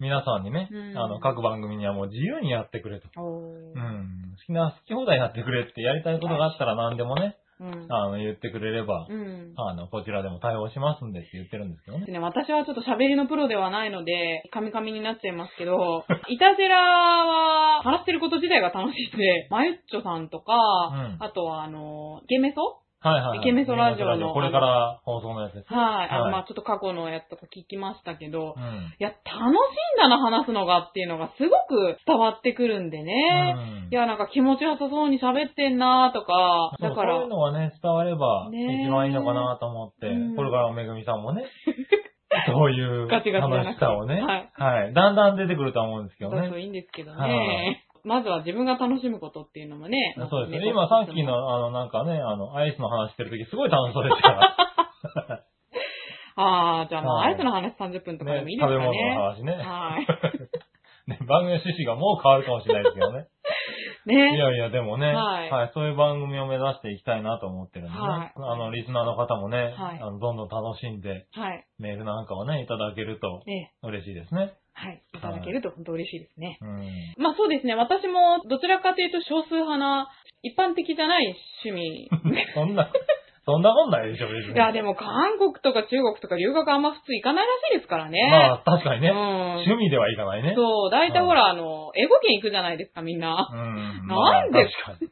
[SPEAKER 2] 皆さんにね、
[SPEAKER 1] うん
[SPEAKER 2] あの、各番組にはもう自由にやってくれと。
[SPEAKER 1] おー、
[SPEAKER 2] うん。好きな、好き放題やってくれってやりたいことがあったら何でもね、
[SPEAKER 1] うん。
[SPEAKER 2] あの、言ってくれれば、
[SPEAKER 1] うん。
[SPEAKER 2] あの、こちらでも対応しますんでって言ってるんですけどね。
[SPEAKER 1] ね、私はちょっと喋りのプロではないので、カミカミになっちゃいますけ
[SPEAKER 2] <laughs>
[SPEAKER 1] ど、イタジェラは話してること自体が楽しいんで、マユッチョさんとか、
[SPEAKER 2] ん
[SPEAKER 1] あとはあの、ゲメソ
[SPEAKER 2] はいはいはい。
[SPEAKER 1] イケメンソラジオの
[SPEAKER 2] これから放送のやつです。
[SPEAKER 1] はい。あの
[SPEAKER 2] はい
[SPEAKER 1] まあちょっと過去のやつとか聞きましたけどい
[SPEAKER 2] う、ん。
[SPEAKER 1] や、楽しいんだな、話すのがっていうのがすごく伝わってくるんでね。
[SPEAKER 2] うん
[SPEAKER 1] いや、なんか気持ちよさそうに喋ってんなとか、
[SPEAKER 2] そう
[SPEAKER 1] だか
[SPEAKER 2] そうい
[SPEAKER 1] ら
[SPEAKER 2] う、のがね、伝われば、
[SPEAKER 1] ねえ
[SPEAKER 2] 一番いいのかなと思って、
[SPEAKER 1] うん
[SPEAKER 2] これからめぐみさんもね、
[SPEAKER 1] <laughs>
[SPEAKER 2] そういう
[SPEAKER 1] ガ
[SPEAKER 2] 楽
[SPEAKER 1] チガチじゃなく
[SPEAKER 2] しさをね、
[SPEAKER 1] はい
[SPEAKER 2] はい。だんだん出てくるとは思うんですけ
[SPEAKER 1] そう
[SPEAKER 2] ど
[SPEAKER 1] そう
[SPEAKER 2] ね。
[SPEAKER 1] いいんですけど
[SPEAKER 2] は
[SPEAKER 1] ね。まずは自分が楽しむことっていうのもね。
[SPEAKER 2] そうです
[SPEAKER 1] ま
[SPEAKER 2] ね。今
[SPEAKER 1] あ
[SPEAKER 2] さっき。の、あの、なんかね、あの、アイスの話してる時すごい楽しそうでしたか
[SPEAKER 1] ああ、じゃあまあ、
[SPEAKER 2] は
[SPEAKER 1] ア
[SPEAKER 2] い
[SPEAKER 1] イスの話30分とかで
[SPEAKER 2] ら
[SPEAKER 1] も
[SPEAKER 2] ね
[SPEAKER 1] いいですか
[SPEAKER 2] 食べ物
[SPEAKER 1] ね。
[SPEAKER 2] の話ね。 <laughs>
[SPEAKER 1] はい。
[SPEAKER 2] ね番組の趣旨がもう変わるかもしれないですけど
[SPEAKER 1] <laughs>
[SPEAKER 2] ね。い
[SPEAKER 1] ね。
[SPEAKER 2] やいや、でもね、
[SPEAKER 1] はい
[SPEAKER 2] そういう番組を目指していきたいなと思ってるんでね。
[SPEAKER 1] はい
[SPEAKER 2] あの、リスナーの方もね、
[SPEAKER 1] はい
[SPEAKER 2] あのどんどん楽しんで、
[SPEAKER 1] はい。
[SPEAKER 2] メールなんかをね、いただけると
[SPEAKER 1] ね。
[SPEAKER 2] 嬉しいですね。
[SPEAKER 1] はい。いただけると本当嬉しいですね。
[SPEAKER 2] うん。
[SPEAKER 1] まあそうですね。私もどちらかというと少数派な、一般的じゃない
[SPEAKER 2] <laughs>
[SPEAKER 1] 趣味。
[SPEAKER 2] そんな、そんなもんないでしょ、別に。
[SPEAKER 1] いや、でも韓国とか中国とか留学あんま普通行かないらしいですからね。
[SPEAKER 2] まあ、確かにね、
[SPEAKER 1] うん。
[SPEAKER 2] 趣味ではいかないね。
[SPEAKER 1] そう、大体ほら、あの、英語圏行くじゃないですか、みんな。
[SPEAKER 2] うん。
[SPEAKER 1] なんで
[SPEAKER 2] まあ確かに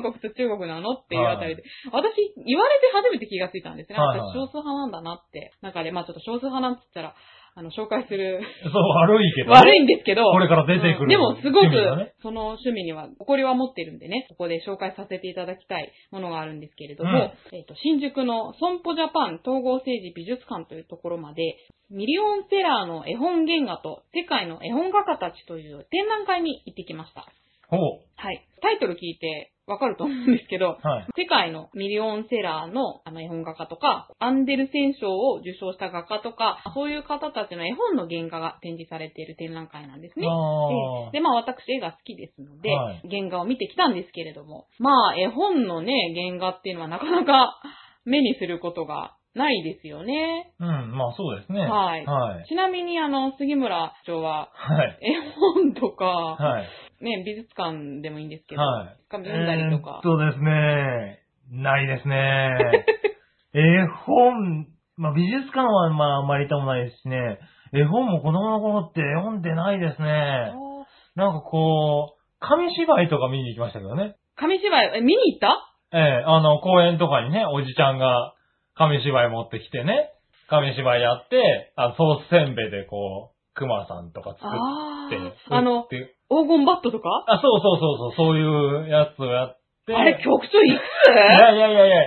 [SPEAKER 1] 韓国と中国なのっていうあたりで、私、言われて初めて気がついたんですね。
[SPEAKER 2] はいはい
[SPEAKER 1] 私少数派なんだなって。中で、まあちょっと少数派なんつったら、あの、紹介する、
[SPEAKER 2] そう、悪いけど、
[SPEAKER 1] 悪いんですけど、
[SPEAKER 2] これから出て
[SPEAKER 1] う
[SPEAKER 2] くる、
[SPEAKER 1] んでも、すごく
[SPEAKER 2] 趣味がね、
[SPEAKER 1] その趣味には、誇りは持ってるんでね、ここで紹介させていただきたいものがあるんですけれども、
[SPEAKER 2] うん
[SPEAKER 1] えっ、と、新宿の損保ジャパン統合政治美術館というところまで、ミリオンセラーの絵本原画と世界の絵本画家たちという展覧会に行ってきました。
[SPEAKER 2] ほう。
[SPEAKER 1] はい。タイトル聞いて、わかると思うんですけど、
[SPEAKER 2] はい。
[SPEAKER 1] 世界のミリオンセラーのあの絵本画家とか、アンデルセン賞を受賞した画家とか、そういう方たちの絵本の原画が展示されている展覧会なんですね。
[SPEAKER 2] あ
[SPEAKER 1] ええで、まあ私絵が好きですので、
[SPEAKER 2] はい
[SPEAKER 1] 原画を見てきたんですけれども、まあ絵本のね、原画っていうのはなかなか <laughs> 目にすることがないですよね。
[SPEAKER 2] あ。うん、まあそうですね。
[SPEAKER 1] はい
[SPEAKER 2] はい。
[SPEAKER 1] ちなみにあの、杉村長は、
[SPEAKER 2] はい。
[SPEAKER 1] 絵本とか、
[SPEAKER 2] はい。
[SPEAKER 1] ね、美術館でもいいんですけど、
[SPEAKER 2] はい
[SPEAKER 1] 読んだりとか
[SPEAKER 2] えーっ。とですね、ないで
[SPEAKER 1] <laughs>
[SPEAKER 2] すね。絵本、まあ美術館はまああんまり行ったもないですしね、絵本も子供の頃って読んでないです
[SPEAKER 1] あ
[SPEAKER 2] ね。
[SPEAKER 1] ー
[SPEAKER 2] なんかこう、紙芝居とか見に行きましたけどね。
[SPEAKER 1] 紙芝居、え、見に行った
[SPEAKER 2] ええあの、公園とかにね、おじちゃんが紙芝居持ってきてね、紙芝居やって、あソースせんべいでこう、熊さんとか作
[SPEAKER 1] あ
[SPEAKER 2] って、
[SPEAKER 1] あ、あ
[SPEAKER 2] 売っ
[SPEAKER 1] の、
[SPEAKER 2] て
[SPEAKER 1] 黄金バットとか
[SPEAKER 2] あ、そうそうそうそう、そういうやつをやって。
[SPEAKER 1] あれ、局長いく
[SPEAKER 2] い <laughs>
[SPEAKER 1] つ
[SPEAKER 2] やいやいやいや。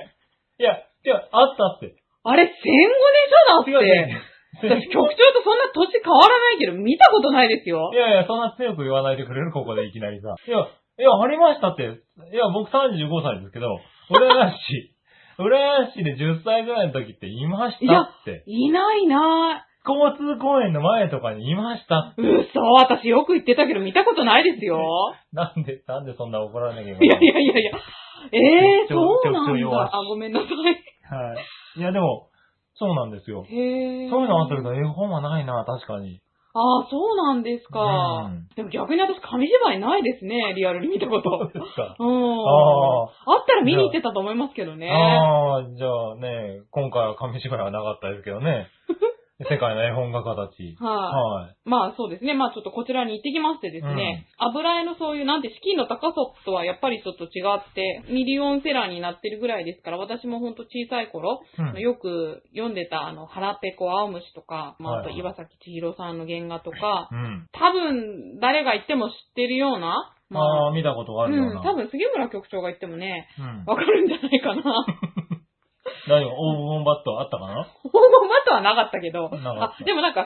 [SPEAKER 2] いや、いや、あったって。
[SPEAKER 1] あれ、戦後でしょだ <laughs> って。私、局長とそんな年変わらないけど、見たことないですよ
[SPEAKER 2] い。やいや、そんな強く言わないでくれるここでいきなりさ。いや、いや、ありましたって。いや、僕35歳ですけど、浦安市、 <laughs> 浦安市で10歳ぐらいの時っていましたって。
[SPEAKER 1] いないな
[SPEAKER 2] 交通公園の前とかにいました。 <laughs>
[SPEAKER 1] ぁ。嘘、私よく言ってたけど、見たことないですよ。
[SPEAKER 2] なんで、なんでそんな怒られなきゃいけないいの
[SPEAKER 1] やいやいやいや。ええー、
[SPEAKER 2] 局長
[SPEAKER 1] そうな
[SPEAKER 2] 局長
[SPEAKER 1] ん
[SPEAKER 2] 弱し
[SPEAKER 1] だ。あ、ごめんなさい。
[SPEAKER 2] はい。いや、でも、そうなんですよ。
[SPEAKER 1] へえ。
[SPEAKER 2] そういうのあったけど、絵本はないな、確かに。 <laughs>
[SPEAKER 1] ああ、そうなんですか
[SPEAKER 2] うん。
[SPEAKER 1] でも逆に私、紙芝居ないですね、リアルに見たこ
[SPEAKER 2] そう
[SPEAKER 1] と。
[SPEAKER 2] ですか。
[SPEAKER 1] うん。
[SPEAKER 2] あ
[SPEAKER 1] あったら見に行ってたと思いますけどね。
[SPEAKER 2] ああ、じゃあね、今回は紙芝居はなかったですけ
[SPEAKER 1] <laughs>
[SPEAKER 2] どね。世界の絵本画家たち。
[SPEAKER 1] はい。
[SPEAKER 2] はい。
[SPEAKER 1] まあそうですね。まあちょっとこちらに行ってきましてですね、油絵のそういうなんて資金の高さとはやっぱりちょっと違って、ミリオンセラーになってるぐらいですから、私もほんと小さい頃、
[SPEAKER 2] うん
[SPEAKER 1] よく読んでたあの、腹ペコ青虫とか、まああと
[SPEAKER 2] はいはい
[SPEAKER 1] 岩崎千尋さんの原画とか、
[SPEAKER 2] うん。
[SPEAKER 1] 多分誰が言っても知ってるような、ま
[SPEAKER 2] あ
[SPEAKER 1] あ、
[SPEAKER 2] あ、見たことがあ
[SPEAKER 1] う、
[SPEAKER 2] るようんな。
[SPEAKER 1] 多分杉村局長が言ってもね、
[SPEAKER 2] うん。
[SPEAKER 1] わかるんじゃないかな。
[SPEAKER 2] 何黄金バットあったかな
[SPEAKER 1] 黄金バットはなかったけど、
[SPEAKER 2] なかった
[SPEAKER 1] あ、でもなんか推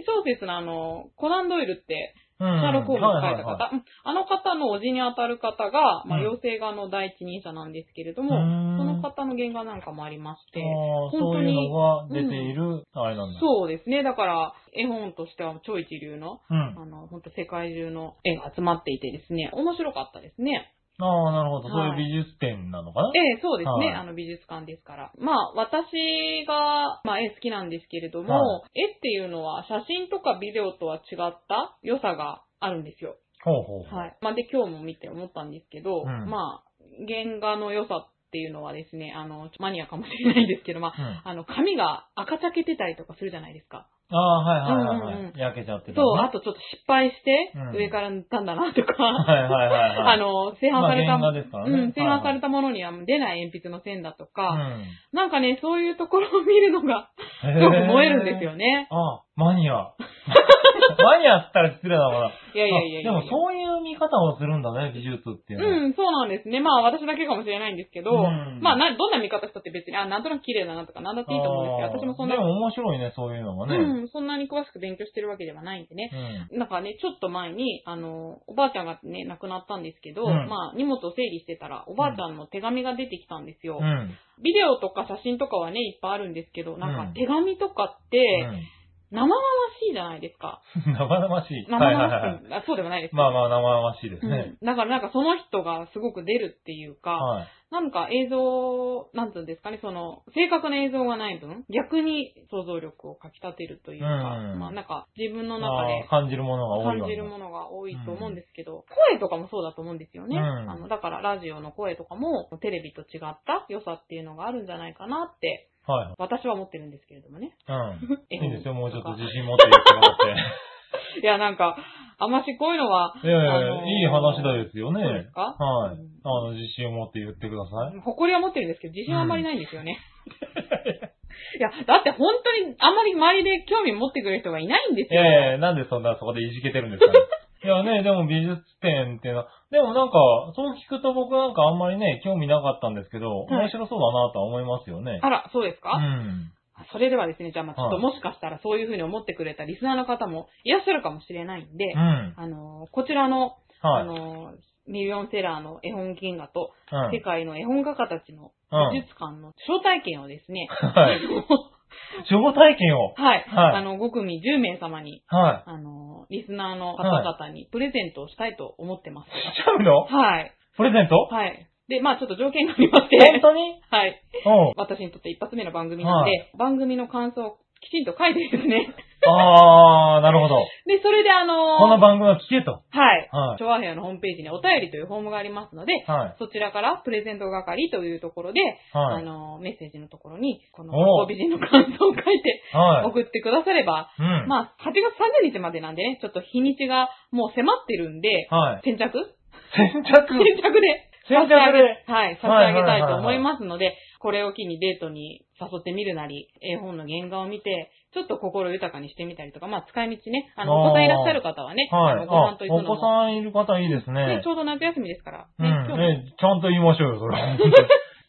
[SPEAKER 1] 理小説のあの、コナンドイルって、
[SPEAKER 2] うん。
[SPEAKER 1] シャーロック・ホームズ書いた
[SPEAKER 2] はいはい
[SPEAKER 1] 方、うんあの方のおじにあたる方が、まあ、
[SPEAKER 2] うん
[SPEAKER 1] 妖精画の第一人者なんですけれど
[SPEAKER 2] うー
[SPEAKER 1] も、
[SPEAKER 2] ん
[SPEAKER 1] その方の原画なんかもありまして、
[SPEAKER 2] はいああ
[SPEAKER 1] 本
[SPEAKER 2] そう
[SPEAKER 1] 当
[SPEAKER 2] い
[SPEAKER 1] に
[SPEAKER 2] うのが出ている、あれなんだ。
[SPEAKER 1] そうですね。だから、絵本としては超一流の、
[SPEAKER 2] う。ん。
[SPEAKER 1] あの、本当世界中の絵が集まっていてですね、面白かったですね。
[SPEAKER 2] ああ、なるほど。そうい
[SPEAKER 1] は
[SPEAKER 2] う
[SPEAKER 1] い
[SPEAKER 2] 美術展なのかな
[SPEAKER 1] ええ、そうですね。
[SPEAKER 2] はい
[SPEAKER 1] あの、美術館ですから。まあ、私が、まあ、絵好きなんですけれども、絵っていうのは写真とかビデオとは違った良さがあるんですよ。
[SPEAKER 2] ほうほうほう。
[SPEAKER 1] はい。まあ、で、今日も見て思ったんですけど、
[SPEAKER 2] うん
[SPEAKER 1] まあ、原画の良さっていうのはですね、あの、マニアかもしれないんですけど、まあ、
[SPEAKER 2] うん。
[SPEAKER 1] あの、髪が赤茶けてたりとかするじゃないですか。
[SPEAKER 2] ああ、はいはいは
[SPEAKER 1] う
[SPEAKER 2] い
[SPEAKER 1] んうん
[SPEAKER 2] はい。焼けちゃってたね。
[SPEAKER 1] そう、あとちょっと失敗して
[SPEAKER 2] うん、
[SPEAKER 1] 上から塗ったんだなとか、
[SPEAKER 2] <laughs> はいはいはいはい。
[SPEAKER 1] あ、の、製版された、
[SPEAKER 2] まあ原画ですからね
[SPEAKER 1] うん、製版されたものには出ない鉛筆の線だと
[SPEAKER 2] う
[SPEAKER 1] か、
[SPEAKER 2] ん。
[SPEAKER 1] なんかね、そういうところを見るのが、
[SPEAKER 2] す
[SPEAKER 1] すごく <laughs> 燃えるんですよね。
[SPEAKER 2] ああ、マ
[SPEAKER 1] <laughs>
[SPEAKER 2] ニア。マニアって言ったら失礼なのかな。
[SPEAKER 1] いやいやいやいや
[SPEAKER 2] あでもそういう見方をするんだね、美術っていうのは。
[SPEAKER 1] うん、そうなんですね。まあ私だけかもしれないんですけど、
[SPEAKER 2] うん
[SPEAKER 1] まあな、どんな見方したって別に、あ、なんとなく綺麗だなとか、なんだっていいと思うんですけど、私もそんな
[SPEAKER 2] でも面白いね、そういうのがね。
[SPEAKER 1] うん、そんなに詳しく勉強してるわけではないんでね。
[SPEAKER 2] うん
[SPEAKER 1] なんかね、ちょっと前に、あの、おばあちゃんがね、亡くなったんですけど、
[SPEAKER 2] うん
[SPEAKER 1] まあ、荷物を整理してたら、おばあちゃんの手紙が出てきたんですよ。
[SPEAKER 2] うん。
[SPEAKER 1] ビデオとか写真とかはね、いっぱいあるんですけど、なん
[SPEAKER 2] う
[SPEAKER 1] か
[SPEAKER 2] ん
[SPEAKER 1] 手紙とかって、生々しいじゃないですか。
[SPEAKER 2] うん <laughs> 生々しい。
[SPEAKER 1] 生々しい、
[SPEAKER 2] はいはいはい。
[SPEAKER 1] あそうでもないですか。
[SPEAKER 2] まあまあ、生々しいですね。
[SPEAKER 1] うん、だからなんかその人がすごく出るっていうか、
[SPEAKER 2] はい。
[SPEAKER 1] なんか映像、なんていうんですかね、その、正確な映像がない分、逆に想像力をかき立てるというか、
[SPEAKER 2] うん
[SPEAKER 1] まあなんか自分の
[SPEAKER 2] ま
[SPEAKER 1] 中
[SPEAKER 2] あ
[SPEAKER 1] で
[SPEAKER 2] 感じるものが多い
[SPEAKER 1] 感
[SPEAKER 2] わ
[SPEAKER 1] じ
[SPEAKER 2] け
[SPEAKER 1] る
[SPEAKER 2] だ
[SPEAKER 1] ものが多いと思うんですけど、声とかもそうだと思うんですよね。
[SPEAKER 2] うん
[SPEAKER 1] あのだからラジオの声とかもテレビと違った良さっていうのがあるんじゃないかなって、
[SPEAKER 2] は
[SPEAKER 1] 私は思ってるんですけれどもね。
[SPEAKER 2] い。うん。いいですよ、もうちょっと
[SPEAKER 1] とか
[SPEAKER 2] 自信持って言ってもらっ
[SPEAKER 1] いや、なんか、あんましこういうのは、
[SPEAKER 2] <laughs> て。いやい
[SPEAKER 1] あ
[SPEAKER 2] や
[SPEAKER 1] のー
[SPEAKER 2] いい話だですよね。
[SPEAKER 1] そうですか
[SPEAKER 2] は
[SPEAKER 1] う
[SPEAKER 2] い
[SPEAKER 1] ん。
[SPEAKER 2] あの、自信を持って言ってください。
[SPEAKER 1] 誇りは持ってるんですけど、自信はあんまりないんですよね。 <laughs> いや、だって本当にあんまり周りで興味持ってくれる人がいないんです
[SPEAKER 2] い
[SPEAKER 1] よ。
[SPEAKER 2] やいや、なんでそんなそこでいじけてるんですかね。いやね、でも美術展っていうのは、でもなんか、そう聞くと僕なんかあんまりね、興味なかったんですけど、
[SPEAKER 1] い
[SPEAKER 2] 面白そうだなとは思いますよね。
[SPEAKER 1] あら、そうですか、
[SPEAKER 2] うん。
[SPEAKER 1] それではですね、じゃあまあちょっと
[SPEAKER 2] はい
[SPEAKER 1] もしかしたらそういうふうに思ってくれたリスナーの方もいらっしゃるかもしれないんで、
[SPEAKER 2] うん。
[SPEAKER 1] あのー、こちらの、
[SPEAKER 2] は
[SPEAKER 1] あ
[SPEAKER 2] い。
[SPEAKER 1] のー、ミリオンセラーの絵本銀河と、
[SPEAKER 2] うん。
[SPEAKER 1] 世界の絵本画家たちの
[SPEAKER 2] うん
[SPEAKER 1] 美術館の招待券をですね、
[SPEAKER 2] はい。情報体験を。
[SPEAKER 1] はい、
[SPEAKER 2] はい
[SPEAKER 1] あの、5組10名様に、
[SPEAKER 2] はい。
[SPEAKER 1] あの、リスナーの方々にプレゼントをしたいと思ってます。
[SPEAKER 2] しちゃうの
[SPEAKER 1] はい。
[SPEAKER 2] プレゼント
[SPEAKER 1] はい。で、まあちょっと条件がありまし
[SPEAKER 2] 本
[SPEAKER 1] て、
[SPEAKER 2] 当に
[SPEAKER 1] はい。
[SPEAKER 2] うん。
[SPEAKER 1] 私にとって一発目の番組なので、
[SPEAKER 2] は
[SPEAKER 1] 番組の感想をきちんと書いてですね。
[SPEAKER 2] あー、なるほど。
[SPEAKER 1] で、それであのー
[SPEAKER 2] この番組を聞けと。
[SPEAKER 1] はい。
[SPEAKER 2] はい。
[SPEAKER 1] 昭和平和のホームページにお便りというフォームがありますので、
[SPEAKER 2] はい。
[SPEAKER 1] そちらからプレゼント係というところで、
[SPEAKER 2] は
[SPEAKER 1] あ
[SPEAKER 2] い。
[SPEAKER 1] の、メッセージのところに、この、
[SPEAKER 2] お
[SPEAKER 1] ご美人の感想を書いて
[SPEAKER 2] はい。
[SPEAKER 1] 送ってくだされば、
[SPEAKER 2] うん。
[SPEAKER 1] まあ、8月30日までなんでね、ちょっと日にちがもう迫ってるんで、
[SPEAKER 2] はい。
[SPEAKER 1] 先着
[SPEAKER 2] 先着
[SPEAKER 1] 先着で、差し上げ
[SPEAKER 2] 先着で。
[SPEAKER 1] はい、差し上げたいと思いますので、これを機にデートに誘ってみるなり、絵本の原画を見て、ちょっと心豊かにしてみたりとか、まあ、使い道ね、あの、
[SPEAKER 2] あー
[SPEAKER 1] お子さんいらっしゃる方はね、あ
[SPEAKER 2] は
[SPEAKER 1] の
[SPEAKER 2] い。
[SPEAKER 1] お子さ
[SPEAKER 2] あ
[SPEAKER 1] んと、行く
[SPEAKER 2] お
[SPEAKER 1] の
[SPEAKER 2] 子
[SPEAKER 1] も、
[SPEAKER 2] さんいる方いいです
[SPEAKER 1] ね
[SPEAKER 2] ね
[SPEAKER 1] ち。ょうど夏休みですから、
[SPEAKER 2] う
[SPEAKER 1] ね、
[SPEAKER 2] ん。
[SPEAKER 1] 今日も、
[SPEAKER 2] ね、ちゃんと言いましょうよ、それは。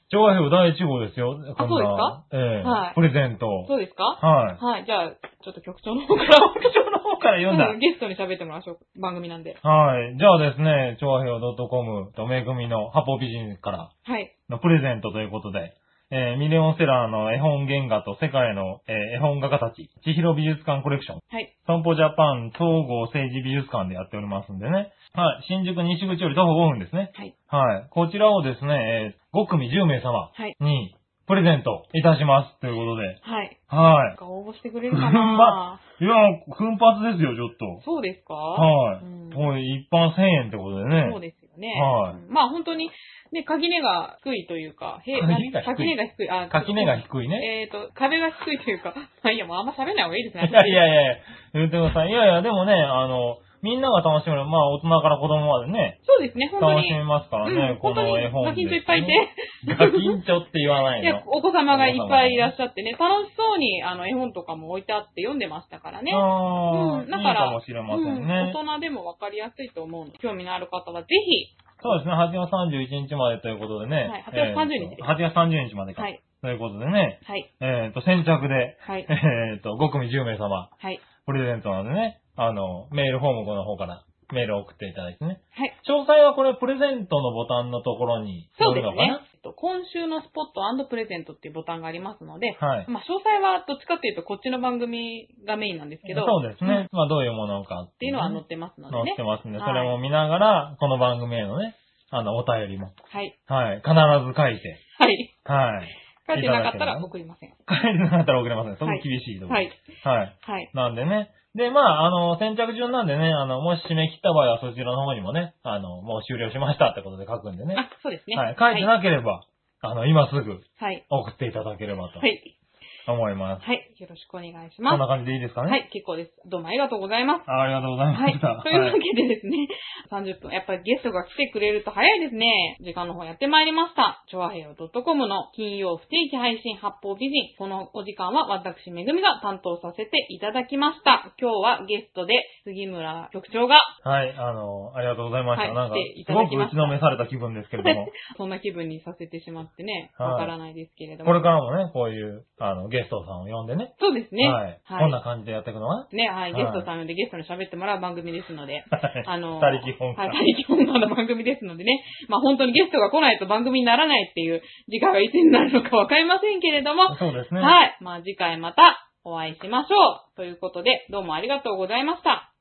[SPEAKER 2] 調和表第1号ですよ。
[SPEAKER 1] あそうですか
[SPEAKER 2] こんなええ
[SPEAKER 1] はい
[SPEAKER 2] プレゼント。
[SPEAKER 1] そうですか
[SPEAKER 2] はい。
[SPEAKER 1] はい、じゃあ、ちょっと局長の方から、局長の方
[SPEAKER 2] から読んだ
[SPEAKER 1] ゲストに喋ってもらいましょう。番組なんで。
[SPEAKER 2] はい。じゃあですね、調和表 .com とめぐみのハポ美人から
[SPEAKER 1] はい。
[SPEAKER 2] のプレゼントということで、えーミリオンセラーの絵本原画と世界の、えー絵本画家たち、千尋美術館コレクション、
[SPEAKER 1] はい。
[SPEAKER 2] 散歩ジャパン統合政治美術館でやっておりますんでね。はい。新宿西口より徒歩5分ですね。
[SPEAKER 1] はい。
[SPEAKER 2] はい。こちらをですね、えー5組10名様
[SPEAKER 1] はい。
[SPEAKER 2] にプレゼントいたしますということで。
[SPEAKER 1] はい。
[SPEAKER 2] は
[SPEAKER 1] 応募してくれるか
[SPEAKER 2] う <laughs> ま。
[SPEAKER 1] ない
[SPEAKER 2] いや、奮発ですよ、ちょっと。
[SPEAKER 1] そうですか
[SPEAKER 2] はい。
[SPEAKER 1] うん
[SPEAKER 2] これ一般1000円ってことでね。
[SPEAKER 1] そうですよね。
[SPEAKER 2] はい
[SPEAKER 1] うんまあ本当に、ね、垣根が低いというか、へ
[SPEAKER 2] 垣根が低い
[SPEAKER 1] 垣根が低い。あ
[SPEAKER 2] 垣根が低いね。
[SPEAKER 1] えっと、壁が低いというか、 <laughs> まあいいや、もうあんま喋んない方 <laughs> がいいです
[SPEAKER 2] い
[SPEAKER 1] ね。
[SPEAKER 2] <laughs> やいやいや、言ってください。いやいや、でもね、あの、みんなが楽しめる、まあ大人から子供までね、
[SPEAKER 1] そうですね、本当
[SPEAKER 2] 楽し
[SPEAKER 1] に。
[SPEAKER 2] めますからね、
[SPEAKER 1] うん
[SPEAKER 2] この絵本
[SPEAKER 1] 本当にガキンチ
[SPEAKER 2] です
[SPEAKER 1] ョ
[SPEAKER 2] ね、
[SPEAKER 1] いっぱい
[SPEAKER 2] <laughs>
[SPEAKER 1] いて。
[SPEAKER 2] ガキンチョって言わないい
[SPEAKER 1] や
[SPEAKER 2] の。、
[SPEAKER 1] お子様がいっぱいいらっしゃってね、楽しそうに、あの、絵本とかも置いてあって読んでましたからね。
[SPEAKER 2] ああ、
[SPEAKER 1] うんだから
[SPEAKER 2] いいかもしれませんね。
[SPEAKER 1] うん、大人でも分かりやすいと思うので、興味のある方はぜ
[SPEAKER 2] そうですね、8月31日までということでね。
[SPEAKER 1] はい8月30日
[SPEAKER 2] えーと8月30日まで
[SPEAKER 1] ひ、
[SPEAKER 2] か。
[SPEAKER 1] はい、
[SPEAKER 2] ということでね、
[SPEAKER 1] はい、
[SPEAKER 2] えっ、と、先着で、
[SPEAKER 1] はい、
[SPEAKER 2] えっ、と、5組10名様、
[SPEAKER 1] はい、
[SPEAKER 2] プレゼントなのでね、あの、メールフォームの方からメールを送っていただいてね。
[SPEAKER 1] はい。
[SPEAKER 2] 詳細はこれ、プレゼントのボタンのところに
[SPEAKER 1] そ
[SPEAKER 2] 載
[SPEAKER 1] うで
[SPEAKER 2] る
[SPEAKER 1] す
[SPEAKER 2] のか
[SPEAKER 1] ね
[SPEAKER 2] な。
[SPEAKER 1] えっと今週のスポットプレゼントっていうボタンがありますので、
[SPEAKER 2] はい。
[SPEAKER 1] まあ、詳細はどっちかっていうと、こっちの番組がメインなんですけど、
[SPEAKER 2] そうで
[SPEAKER 1] う
[SPEAKER 2] す
[SPEAKER 1] んっ
[SPEAKER 2] ね。まあ、どういうものかって
[SPEAKER 1] ていうのは載ってますので
[SPEAKER 2] 載っ
[SPEAKER 1] ね
[SPEAKER 2] て。ますんで、
[SPEAKER 1] は
[SPEAKER 2] そ
[SPEAKER 1] い
[SPEAKER 2] れも見ながら、この番組へのね、あの、お便りも、
[SPEAKER 1] はい。
[SPEAKER 2] はい、必ず書いて、
[SPEAKER 1] はい。
[SPEAKER 2] はい。
[SPEAKER 1] 書いてなかった
[SPEAKER 2] いただけ
[SPEAKER 1] ら
[SPEAKER 2] る
[SPEAKER 1] 送りません。
[SPEAKER 2] 書いてなかったら送れません。そこ
[SPEAKER 1] はい
[SPEAKER 2] 厳しいところ。
[SPEAKER 1] はい。
[SPEAKER 2] はい。
[SPEAKER 1] はい。
[SPEAKER 2] なんでね。で、まあ、あの、先着順なんでね、あの、もし締め切った場合はそちらの方にもね、あの、もう終了しましたってことで書くんでね。
[SPEAKER 1] あ、そうですね。
[SPEAKER 2] はい。書いてなければ、あの、今すぐ
[SPEAKER 1] はい。
[SPEAKER 2] 送っていただければと
[SPEAKER 1] はい。
[SPEAKER 2] 思います。
[SPEAKER 1] はい。よろしくお願いし
[SPEAKER 2] こん
[SPEAKER 1] ま
[SPEAKER 2] な感じでいいですか
[SPEAKER 1] す。
[SPEAKER 2] ね。
[SPEAKER 1] はい、結構です。どうもありがとうございます。
[SPEAKER 2] あ。ありがとうご <laughs> ざい
[SPEAKER 1] は
[SPEAKER 2] ま
[SPEAKER 1] い。
[SPEAKER 2] した。
[SPEAKER 1] というわけでですね、30分。やっぱりゲストが来てくれると早いですね。時間の方やってまいりました。チョアヘヨ .com の金曜不定期配信発方美人。このお時間は私、めぐみが担当させていただきました。今日はゲストで杉村局長が、
[SPEAKER 2] はい、あの、ありがとうございました。
[SPEAKER 1] はい
[SPEAKER 2] なんか
[SPEAKER 1] 来てい、
[SPEAKER 2] す
[SPEAKER 1] ただ
[SPEAKER 2] ご
[SPEAKER 1] き
[SPEAKER 2] く
[SPEAKER 1] ま
[SPEAKER 2] 打
[SPEAKER 1] し
[SPEAKER 2] ち
[SPEAKER 1] た
[SPEAKER 2] のめされた気分ですけれども、
[SPEAKER 1] そんな気分にさせてしまってね、
[SPEAKER 2] はい
[SPEAKER 1] わからない <laughs> ですけれども。
[SPEAKER 2] これからもね、こういう、あの、ゲストさんを呼んでね、
[SPEAKER 1] そうですね。
[SPEAKER 2] はい、こんな感じでやっていく
[SPEAKER 1] <laughs>
[SPEAKER 2] のは、
[SPEAKER 1] ね、はい、
[SPEAKER 2] は
[SPEAKER 1] ゲ
[SPEAKER 2] い
[SPEAKER 1] ストさんでゲストに喋ってもらう番組ですので、
[SPEAKER 2] はい
[SPEAKER 1] あの、
[SPEAKER 2] 二人基本
[SPEAKER 1] は
[SPEAKER 2] か
[SPEAKER 1] い、二人基本の番組ですのでね、まあ本当にゲストが来ないと番組にならないっていう次回はいつになるのかわかりませんけれども、
[SPEAKER 2] そう
[SPEAKER 1] <laughs>
[SPEAKER 2] ですね。
[SPEAKER 1] はい、まあ次回またお会いしましょうということで、どうもありがとうございました。